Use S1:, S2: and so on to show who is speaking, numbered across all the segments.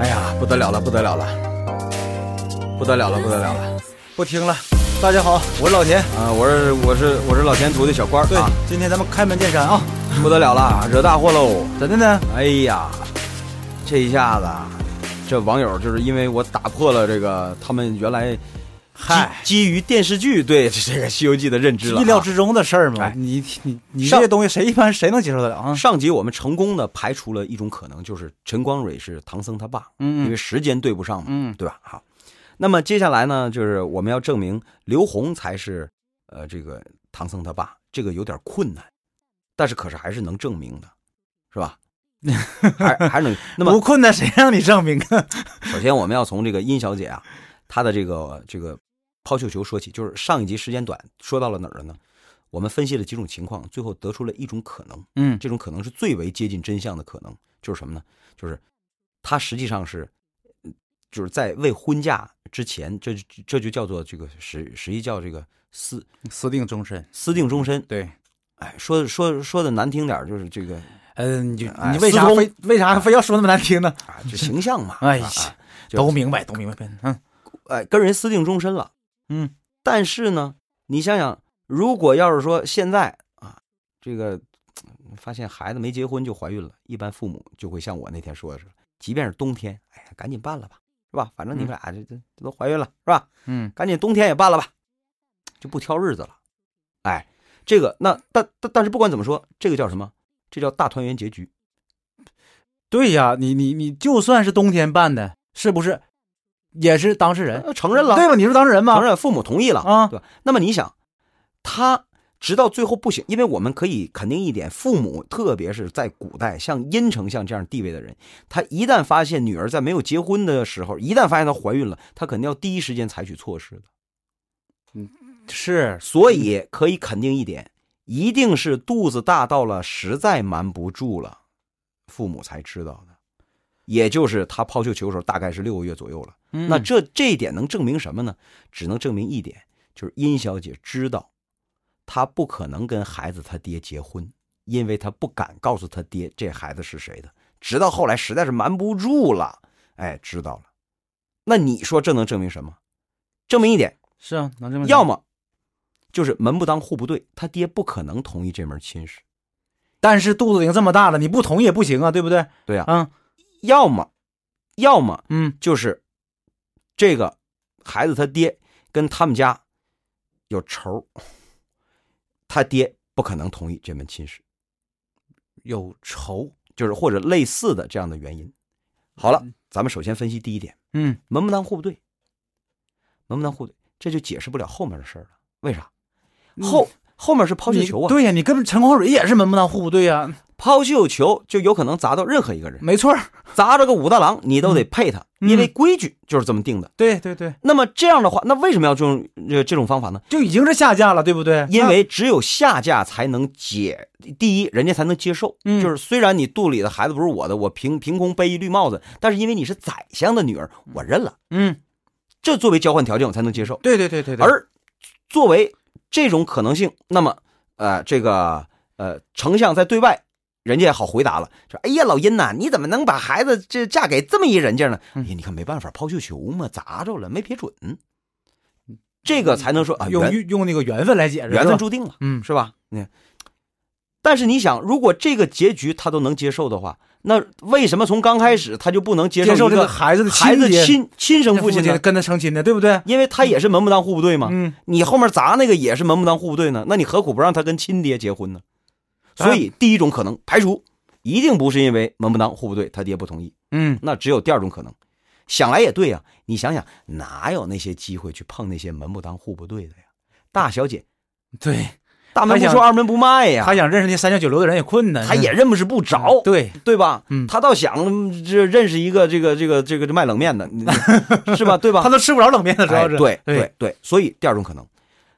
S1: 哎不得了了，不得了了，不得了了，不得了了，不听了。大家好，我是老田啊、我是我是我是老田徒弟小官儿
S2: 对
S1: 啊，，
S2: 今天咱们开门见山啊，
S1: 不得了了，惹大祸喽！
S2: 怎的呢？
S1: 哎呀，这一下子，这网友就是因为我打破了这个他们原来基
S2: 嗨
S1: 基于电视剧对这个《西游记》的认知了啊、
S2: 意料之中的事儿嘛
S1: 哎，
S2: 你你你
S1: 上
S2: 这些东西谁一般谁能接受得了啊？
S1: 上集我们成功的排除了一种可能，就是陈光蕊是唐僧他爸，
S2: 嗯嗯
S1: 因为时间对不上嘛，
S2: 嗯
S1: 对吧？好，那么接下来呢，就是我们要证明刘宏才是呃这个唐僧他爸，这个有点困难，但是可是还是能证明的，是吧？还还能那么
S2: 不困难谁让你证明啊？
S1: 首先，我们要从这个殷小姐啊，她的这个这个抛绣球说起。就是上一集时间短，说到了哪儿了呢？我们分析了几种情况，最后得出了一种可能，
S2: 嗯
S1: 这种可能是最为接近真相的可能，就是什么呢？就是她实际上是，嗯就是在未婚嫁之前，这这就叫做这个实实际叫这个私
S2: 私定终身，
S1: 私定终身。
S2: 对，
S1: 哎，说说说的难听点儿，就是这个
S2: 嗯，你就
S1: 哎
S2: 你为啥
S1: 私通
S2: 非为啥非要说那么难听呢？。
S1: 啊，就形象嘛
S2: 哎呀
S1: 啊啊就
S2: 都明白，都明白，嗯
S1: 哎，跟人私定终身了。
S2: 嗯，
S1: 但是呢，你想想，如果要是说现在啊，这个嗯发现孩子没结婚就怀孕了，一般父母就会像我那天说的似的，即便是冬天，哎呀，赶紧办了吧，是吧？反正你们俩这这这都怀孕了，是吧？
S2: 嗯，
S1: 赶紧冬天也办了吧，就不挑日子了。哎，这个那但但但是不管怎么说，这个叫什么？这叫大团圆结局。
S2: 对呀，你你你就算是冬天办的，是不是也是当事人？
S1: 呃承认了，
S2: 哎对吧？你是当事人
S1: 承
S2: 吗？
S1: 认父母同意了
S2: 啊
S1: 对吧？那么你想，他直到最后不行，因为我们可以肯定一点，父母特别是在古代，像殷丞相这样地位的人，他一旦发现女儿在没有结婚的时候，一旦发现她怀孕了，他肯定要第一时间采取措施的。
S2: 是，
S1: 所以可以肯定一点，一定是肚子大到了实在瞒不住了，父母才知道的。也就是他抛绣球的时候，大概是六个月左右了。
S2: 嗯
S1: 那这这一点能证明什么呢？只能证明一点，就是殷小姐知道，她不可能跟孩子他爹结婚，因为她不敢告诉他爹这孩子是谁的。直到后来实在是瞒不住了，哎，知道了。那你说这能证明什么？证明一点，
S2: 是啊，能这么
S1: 要
S2: 么，
S1: 么就是门不当户不对，他爹不可能同意这门亲事。
S2: 但是肚子已经这么大了，你不同意也不行啊，对不对？
S1: 对呀、
S2: 啊，
S1: 要么，要么
S2: 嗯，
S1: 就是这个孩子他爹跟他们家有仇，他爹不可能同意这门亲事，
S2: 有仇，
S1: 就是或者类似的这样的原因。好了，咱们首先分析第一点，
S2: 嗯，
S1: 门不当户不对，门不当户不对，这就解释不了后面的事儿了。为啥？后后面是抛绣
S2: 嗯你
S1: 球啊，
S2: 对呀、你跟陈光蕊也是门不当户不对呀、
S1: 抛绣球就有可能砸到任何一个人。
S2: 没错儿，
S1: 砸着个武大郎，你都得配他，
S2: 嗯
S1: 因为规矩就是这么定的。
S2: 对对对，
S1: 那么这样的话，那为什么要这种这这种方法呢？
S2: 就已经是下架了，对不对？
S1: 因为只有下架才能解，第一，人家才能接受。
S2: 嗯
S1: 就是虽然你肚里的孩子不是我的，我凭凭空背一绿帽子，但是因为你是宰相的女儿，我认了。
S2: 那嗯，
S1: 这作为交换条件，我才能接受。
S2: 对对对对对，
S1: 而作为这种可能性，那么呃，这个呃，丞相在对外，人家也好回答了，说：“哎呀，老殷呐、你怎么能把孩子这嫁给这么一人家呢？”哎
S2: 嗯
S1: 呀，你看没办法，抛绣球嘛，砸着了，没撇准，这个才能说啊，
S2: 用
S1: 缘
S2: 用用那个缘分来解释，
S1: 缘分
S2: 是吧
S1: 注定了，
S2: 嗯，
S1: 是吧？你看，但是你想，如果这个结局他都能接受的话，那为什么从刚开始他就不能接
S2: 接受
S1: 受
S2: 这
S1: 一
S2: 个
S1: 个
S2: 孩子的
S1: 孩子
S2: 亲爹
S1: 亲亲生父亲呢？
S2: 跟他成亲的，对不对？
S1: 因为他也是门不当户不对嘛。
S2: 嗯，
S1: 你后面砸那个也是门不当户不对呢，那你何苦不让他跟亲爹结婚呢？
S2: 当然
S1: 所以第一种可能排除，一定不是因为门不当户不对，他爹不同意，
S2: 嗯，
S1: 那只有第二种可能。想来也对呀、你想想，哪有那些机会去碰那些门不当户不对的呀？大小姐，
S2: 对，
S1: 大门不
S2: 她
S1: 出
S2: 想
S1: 二门不迈呀，
S2: 他想认识那三教九流的人也困难，
S1: 她也认识不着，
S2: 对，
S1: 对吧？
S2: 嗯
S1: 她倒想嗯这认识一个这个这个这个这卖冷面的， 你是吧？对吧？
S2: 他都吃不着 冷面的，主要
S1: 哎
S2: 是
S1: 对
S2: 对
S1: 对对，所以第二种可能。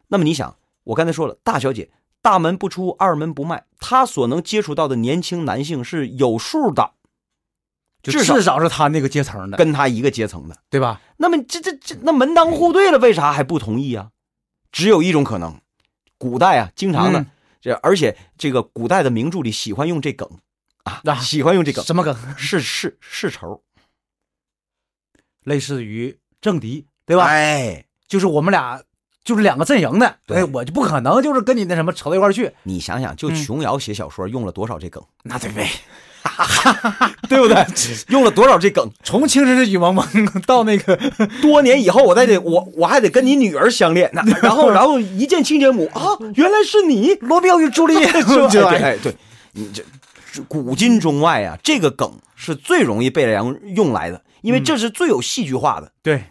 S1: 那么你想，我刚才说了，大小姐大门不出，二门不迈，她所能接触到的年轻男性是有数的，
S2: 就
S1: 至少
S2: 至少是他那个阶层的，
S1: 跟她一个阶层的。
S2: 对吧？
S1: 那么这这这，那门当户对了，为啥还不同意啊？只有一种可能，古代啊，经常的
S2: 嗯，
S1: 这、而且这个古代的名著里喜欢用这梗啊，
S2: 啊
S1: 喜欢用这梗
S2: 什么梗？
S1: 是是是仇，
S2: 类似于政敌，对吧？
S1: 哎，
S2: 就是我们俩就是两个阵营的，
S1: 对
S2: 哎，我就不可能就是跟你那什么扯到一块儿去，
S1: 你想想，就
S2: 嗯
S1: 琼瑶写小说用了多少这梗，
S2: 那对不
S1: 对
S2: 对？
S1: 不对？ 用了多少这梗？
S2: 从青春的雨蒙蒙 到 那个，
S1: 多年以后，我再得我我还得跟你女儿相 恋，那然后然后一见亲姐母啊，原来是你，罗密欧与朱丽叶，是吧？
S2: 这玩意儿
S1: 哎， 对，你这这古今中外啊，这个梗是最容易被人用来的，因为这是最有戏剧化的。
S2: 对，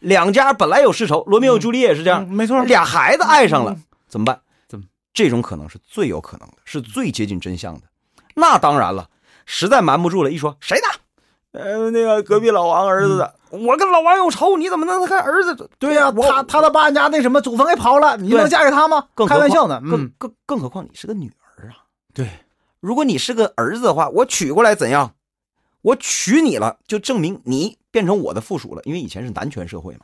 S1: 两家本来有世仇，罗密欧与朱丽叶也是这样，
S2: 嗯没错
S1: 俩孩子爱上了、嗯怎么办？
S2: 怎么？
S1: 这种可能是最有可能的，是最接近真相的。那当然了，实在瞒不住了，一说谁的？嗯呃，那个隔壁老王儿子的，我跟老王有仇，你怎么能看儿子？
S2: 对呀、
S1: 我
S2: 他他他爸家那什么祖坟给刨了，你
S1: 对
S2: 能嫁给他吗？
S1: 更何
S2: 开
S1: 况
S2: 玩笑呢，
S1: 更
S2: 嗯，
S1: 更更何况你是个女儿啊！
S2: 对，
S1: 如果你是个儿子的话，我娶过来怎样？我娶你了，就证明你变成我的附属了，因为以前是男权社会嘛。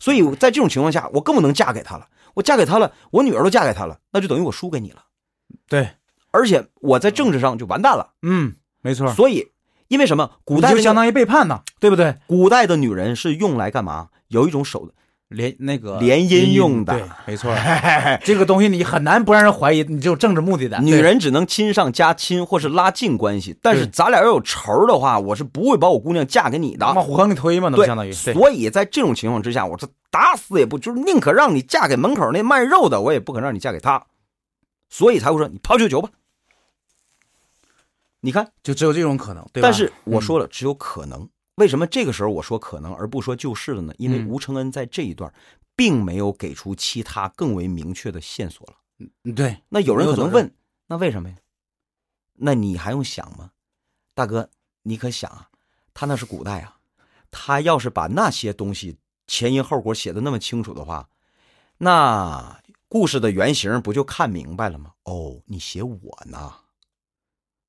S1: 所以我在这种情况下，我更不能嫁给他了。我嫁给他了，我女儿都嫁给他了，那就等于我输给你了，
S2: 对，
S1: 而且我在政治上就完蛋了。
S2: 嗯，没错，
S1: 所以，因为什么？古
S2: 你
S1: 代
S2: 就
S1: 的
S2: 相当于背叛呐，对不对？
S1: 古代的女人是用来干嘛？有一种手段，
S2: 联那个
S1: 联姻用的
S2: 对，没错， 这个东西你很难不让人怀疑，你只有政治目的的
S1: 女
S2: 啊对
S1: 人只能亲上加亲或是拉近关系，但是
S2: 对
S1: 咱俩要有仇的话，我是不会把我姑娘嫁给你的。
S2: 往火坑里推嘛，那不
S1: 对，
S2: 相当于对
S1: 所以在这种情况之下，我这打死也不就是宁可让你嫁给门口那卖肉的，我也不肯让你嫁给他，所以才会说你抛绣球吧。你看，
S2: 就只有这种可能，对吧？嗯
S1: 但是我说了，只有可能。为什么这个时候我说可能而不说就是了呢？因为
S2: 嗯
S1: 吴承恩在这一段并没有给出其他更为明确的线索了。
S2: 嗯对，
S1: 那有人可
S2: 没有
S1: 能
S2: 佐证
S1: 问，那为什么呀？那你还用想吗？大哥，你可想啊，他那是古代啊，他要是把那些东西前因后果写的那么清楚的话，那故事的原型不就看明白了吗？哦，你写我呢？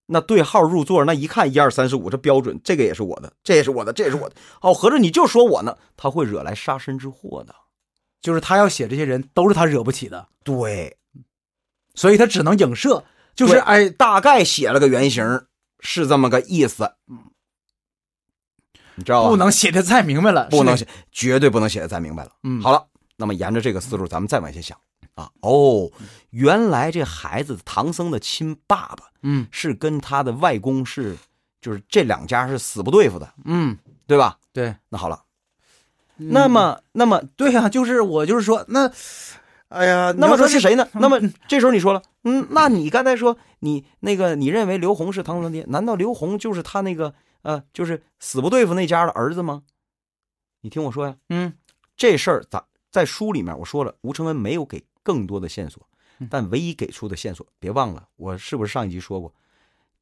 S1: 那对号入座，那一看一二三四五，这标准，这个也是我的，这也是我的，这也是我的。哦，合着你就说我呢，他会惹来杀身之祸的。
S2: 就是他要写这些人都是他惹不起的，
S1: 对，
S2: 所以他只能影射，就
S1: 就是是
S2: 哎
S1: 哎，大概写了个原型，是这么个意思。嗯你知道吧？
S2: 不能写的太明白了，
S1: 哦不能
S2: 是
S1: 写，绝对不能写的再明白了。
S2: 嗯
S1: 好了，那么沿着这个思路，咱们再往下想啊。哦，原来这孩子唐僧的亲爸爸
S2: 嗯
S1: 是跟他的外公是，就是这两家是死不对付的，
S2: 嗯，
S1: 对吧？
S2: 对，
S1: 那好了，那么那么
S2: 对 呀、就是我就是说那，哎呀，
S1: 那么
S2: 说嗯
S1: 说是谁呢？那么这时候你说了，嗯，那你刚才说你那个你认为刘宏是唐僧爹，难道刘宏就是他那个呃，就是死不对付那家的儿子吗？你听我说呀，
S2: 嗯
S1: 这事儿咱在书里面我说了，吴承恩没有给更多的线索，
S2: 嗯
S1: 但唯一给出的线索，别忘了，我是不是上一集说过，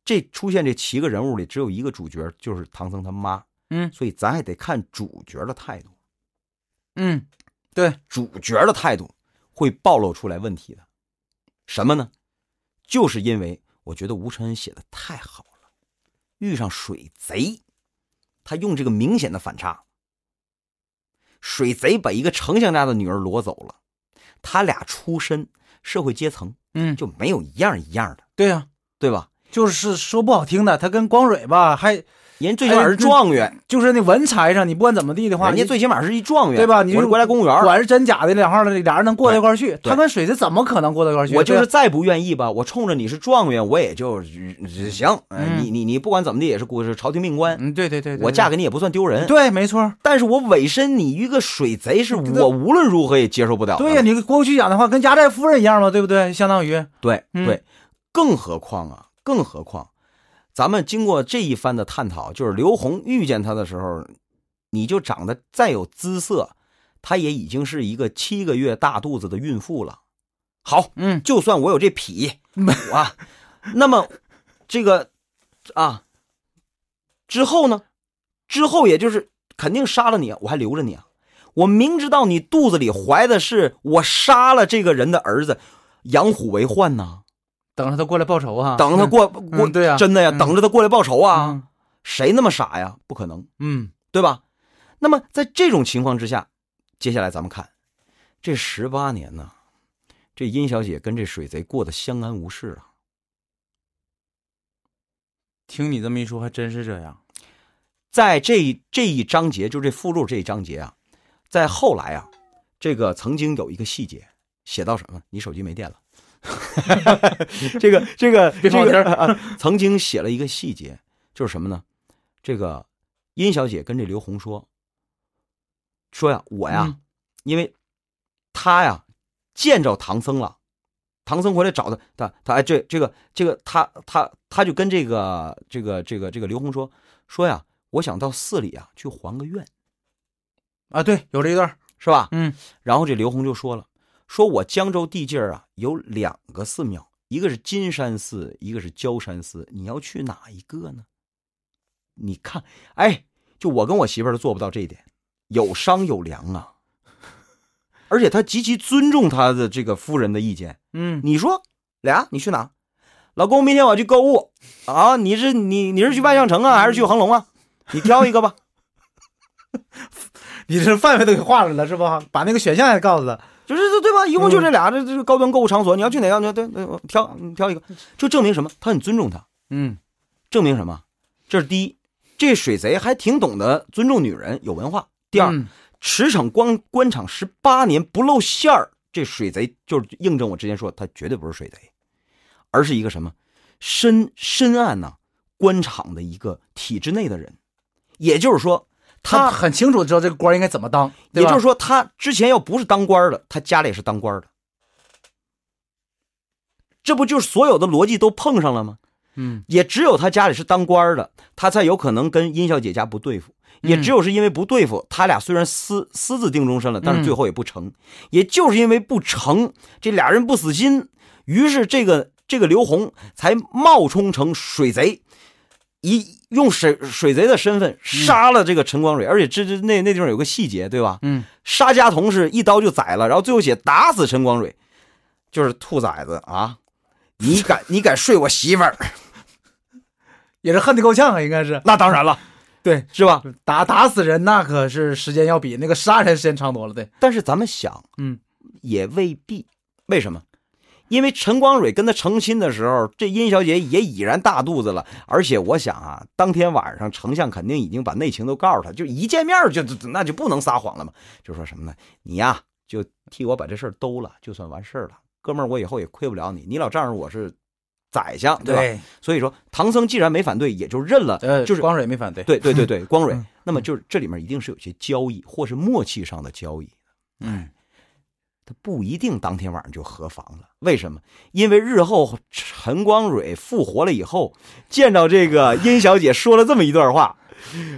S1: 这出现这七个人物里只有一个主角就是唐僧他妈，
S2: 嗯
S1: 所以咱还得看主角的态度，
S2: 嗯，对，
S1: 主角的态度会暴露出来问题的。什么呢？就是因为我觉得吴承恩写的太好了，遇上水贼，他用这个明显的反差。水贼把一个丞相家的女儿掳走了，他俩出身社会阶层
S2: 嗯
S1: 就没有一样一样的，
S2: 对呀、啊
S1: 对吧？
S2: 就是说不好听的，他跟光蕊吧，还
S1: 人最起码是状元，
S2: 就是那文采上，你不管怎么地的哎话，
S1: 人家
S2: 你
S1: 最起码是一状元，
S2: 对吧你就
S1: 我是国家公务员儿，
S2: 管是真假的两号的，俩人能过到一块儿去，他跟水是怎么可能过到一块儿去？
S1: 我就
S2: 对啊
S1: 是
S2: 吧
S1: 再不愿意吧，我冲着你是状元，我也就呃行。呃
S2: 嗯
S1: 你你你不管怎么地也是古是朝廷命官，
S2: 嗯，对对对，对
S1: 我
S2: 对
S1: 嫁给你也不算丢人。，
S2: 对，没错，
S1: 但是我委身你一个水贼，是
S2: 对
S1: 我无论如何也接受不了的。
S2: 对呀，你过去讲的话，跟压寨夫人一样嘛，对不对？相当于，
S1: 对
S2: 嗯
S1: 对，更何况啊，更何况，咱们经过这一番的探讨，就是刘宏遇见他的时候，你就长得再有姿色，她也已经是一个七个月大肚子的孕妇了。好，
S2: 嗯，
S1: 就算我有这 脾
S2: 嗯
S1: 啊，那么这个啊之后呢，之后也就是肯定杀了你，我还留着你啊。我明知道你肚子里怀的是我杀了这个人的儿子，养虎为患呐、
S2: 等着他过来报仇啊，
S1: 等着他过过，
S2: 嗯对啊
S1: 真的呀，
S2: 嗯
S1: 等着他过来报仇啊，
S2: 嗯，
S1: 谁那么傻呀？不可能。
S2: 嗯，
S1: 对吧？那么在这种情况之下，接下来咱们看这十八年呢，这殷小姐跟这水贼过得相安无事啊。
S2: 听你这么一说，还真是这样。
S1: 在这这一章节，就这附录这一章节啊，在后来啊，这个曾经有一个细节写到什么？你手机没电了。这个这个
S2: 别
S1: 这
S2: 放
S1: 个
S2: 我
S1: 啊、啊曾经写了一个细节，就是什么呢？这个殷小姐跟这刘红说，说呀，我呀，
S2: 嗯
S1: 因为他呀见着唐僧了，唐僧回来找他，他他哎，这这个这个他他他就跟这个这个这个这个刘洪说说呀，我想到寺里啊去还个愿，
S2: 啊，对，有这一段，
S1: 是吧？
S2: 嗯
S1: 然后这刘洪就说了，说我江州地界儿啊有两个寺庙，一个是金山寺，一个是焦山寺，你要去哪一个呢？你看，哎，就我跟我媳妇儿都做不到这一点，有商有量啊，而且他极其尊重他的这个夫人的意见。
S2: 嗯，
S1: 你说俩你去哪？老公，明天我去购物啊！你是你你是去万象城啊，还是去恒隆啊？你挑一个吧。
S2: 你这范围都给画出来了是吧？把那个选项也告诉他，
S1: 就是这对吧？一共就这俩，这这高端购物场所，你要去哪个？你要对对，我挑你挑一个，就证明什么？他很尊重他，
S2: 嗯，
S1: 证明什么？这是第一，这水贼还挺懂得尊重女人，有文化。第二，
S2: 嗯
S1: 驰骋官官场十八年不露馅儿，这水贼就是印证我之前说，他绝对不是水贼，而是一个什么深深谙呐、官场的一个体制内的人，也就是说，
S2: 他
S1: 他
S2: 很清楚知道这个官应该怎么当，
S1: 也就是
S2: 说，
S1: 说，他之前要不是当官的，他家里也是当官的，这不就是所有的逻辑都碰上了吗？
S2: 嗯
S1: 也只有他家里是当官的，他才有可能跟殷小姐家不对付。也只有是因为不对付，他俩虽然私私自定终身了，但是最后也不成。也就是因为不成，这俩人不死心，于是这个这个刘洪才冒充成水贼，以用水水贼的身份杀了这个陈光蕊。而且这这那那地方有个细节，对吧？
S2: 嗯，
S1: 杀家童是一刀就宰了，然后最后写打死陈光蕊，就是兔崽子啊！你敢你敢睡我媳妇儿？
S2: 也是恨得够呛啊，应该是
S1: 那当然了，
S2: 对，
S1: 是吧？
S2: 打打死人那可是时间要比那个杀人时间长多了，对，
S1: 但是咱们想，
S2: 嗯，
S1: 也未必。为什么？因为陈光蕊跟他成亲的时候，这殷小姐也已然大肚子了，而且我想啊，当天晚上丞相肯定已经把内情都告诉他，就一见面就就那就不能撒谎了嘛。就说什么呢？你呀、就替我把这事儿兜了，就算完事儿了。哥们儿，我以后也亏不了你，你老丈人我是宰相，对吧？
S2: 对，
S1: 所以说，唐僧既然没反对，也就认了，
S2: 呃，
S1: 就是
S2: 光蕊没反对，
S1: 对对对对，光蕊
S2: 嗯。
S1: 那么就是这里面一定是有些交易，或是默契上的交易。
S2: 嗯，
S1: 他不一定当天晚上就合房了。为什么？因为日后陈光蕊复活了以后，见到这个殷小姐说了这么一段话，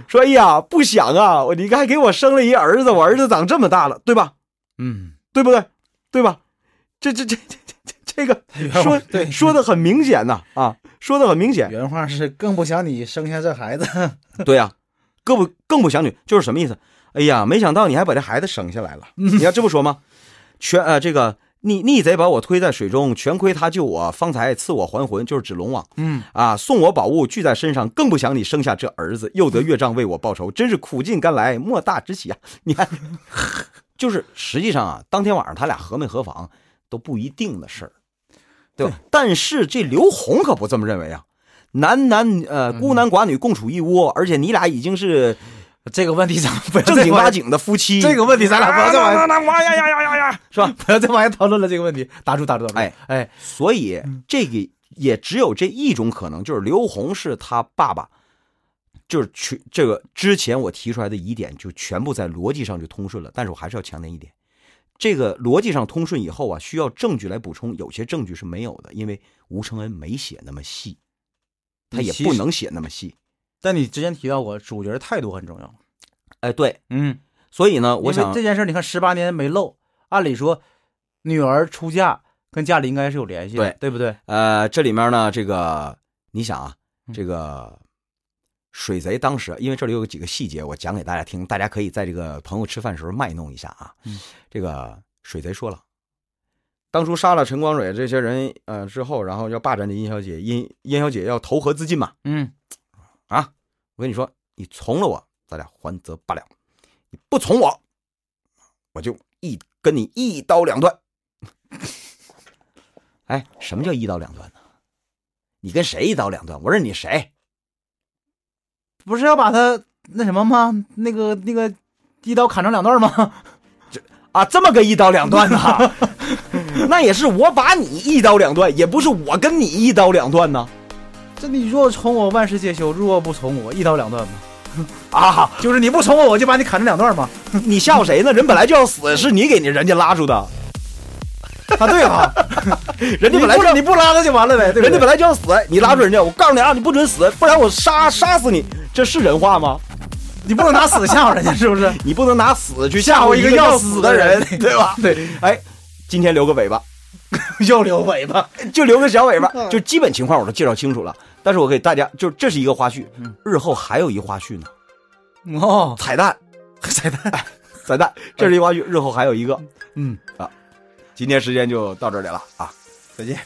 S1: 说：“哎呀，不想啊，我你还给我生了一儿子，我儿子长这么大了，对吧？
S2: 嗯，
S1: 对不对？对吧？这这这这这这个说
S2: 对
S1: 说的很明显呐啊说的很明显。
S2: 原话是更不想你生下这孩子，
S1: 对呀、更不更不想女，就是什么意思？哎呀，没想到你还把这孩子生下来了。你要这么说吗？全呃，这个逆逆贼把我推在水中，全亏他救我，方才赐我还魂，就是指龙王
S2: 嗯，
S1: 啊，送我宝物聚在身上，更不想你生下这儿子，又得岳丈为我报仇，真是苦尽甘来，莫大之喜啊！你看，就是实际上啊，当天晚上他俩合没合房都不一定的事儿，对吧？但是这刘红可不这么认为啊。男男呃，孤男寡女共处一屋，而且你俩已经是
S2: 这个问题咱们不要
S1: 正经八
S2: 经。
S1: 经的夫妻，
S2: 这个问题咱俩不要再往
S1: 啊那那那哇呀呀呀呀呀，是吧？
S2: 不要再往下讨论了这个问题，打住打住打住！
S1: 哎
S2: 哎，
S1: 所以这个也只有这一种可能，就是刘洪是他爸爸，就是全这个之前我提出来的疑点就全部在逻辑上就通顺了。但是我还是要强调一点，这个逻辑上通顺以后啊，需要证据来补充，有些证据是没有的，因为吴承恩没写那么细，他也不能写那么细。
S2: 但你之前提到过，主角态度很重要。
S1: 哎，对，
S2: 嗯，
S1: 所以呢，我
S2: 因为
S1: 想
S2: 这件事，你看十八年没漏，按理说女儿出嫁跟家里应该是有联系的，
S1: 对
S2: 对不对？
S1: 呃，这里面呢，这个你想啊，
S2: 嗯
S1: 这个水贼当时，因为这里有几个细节，我讲给大家听，大家可以在这个朋友吃饭时候卖弄一下啊。
S2: 嗯
S1: 这个水贼说了，当初杀了陈光蕊这些人，呃，之后，然后要霸占这殷小姐，殷殷小姐要投河自尽嘛。
S2: 嗯，
S1: 啊，我跟你说，你从了我，咱俩还则罢了；你不从我，我就一跟你一刀两断。 哎，什么叫一刀两断呢？你跟谁一刀两断？我认你谁？
S2: 不是要把他那什么吗？那个那个一刀砍成两段吗？
S1: 啊，这么个一刀两断呐， 那也是我把你一刀两断，也不是我跟你一刀两断呐。
S2: 这你若宠我，万事皆休；若不宠我，一刀两断嘛。
S1: 啊，
S2: 就是你不宠我，我就把你砍成两段嘛。
S1: 你吓唬谁呢？人本来就要死，是你给你人家拉住的，
S2: 啊，对啊，
S1: 人家本来
S2: 你
S1: 就
S2: 不你不拉他就完了呗，对不
S1: 人家
S2: 对？
S1: 本来就要死，你拉住人家，我告诉你啊，你不准死，不然我杀杀死你，这是人话吗？
S2: 你不能拿死吓唬人家，是不是？
S1: 你不能拿死去
S2: 吓
S1: 吓
S2: 唬
S1: 唬
S2: 一
S1: 一
S2: 个
S1: 个
S2: 要
S1: 要
S2: 死
S1: 死
S2: 的
S1: 的
S2: 人
S1: 人， 对吧？
S2: 对，
S1: 哎，今天留个尾巴，
S2: 又留尾巴。
S1: 就留个小尾巴，就基本情况我都介绍清楚了。但是我给大家，就这是一个花絮
S2: 嗯，
S1: 日后还有一花絮呢，
S2: 哦，
S1: 彩蛋，
S2: 彩蛋。
S1: 彩蛋，这是一花絮，日后还有一个。
S2: 嗯，
S1: 今天时间就到这里了啊，
S2: 再见。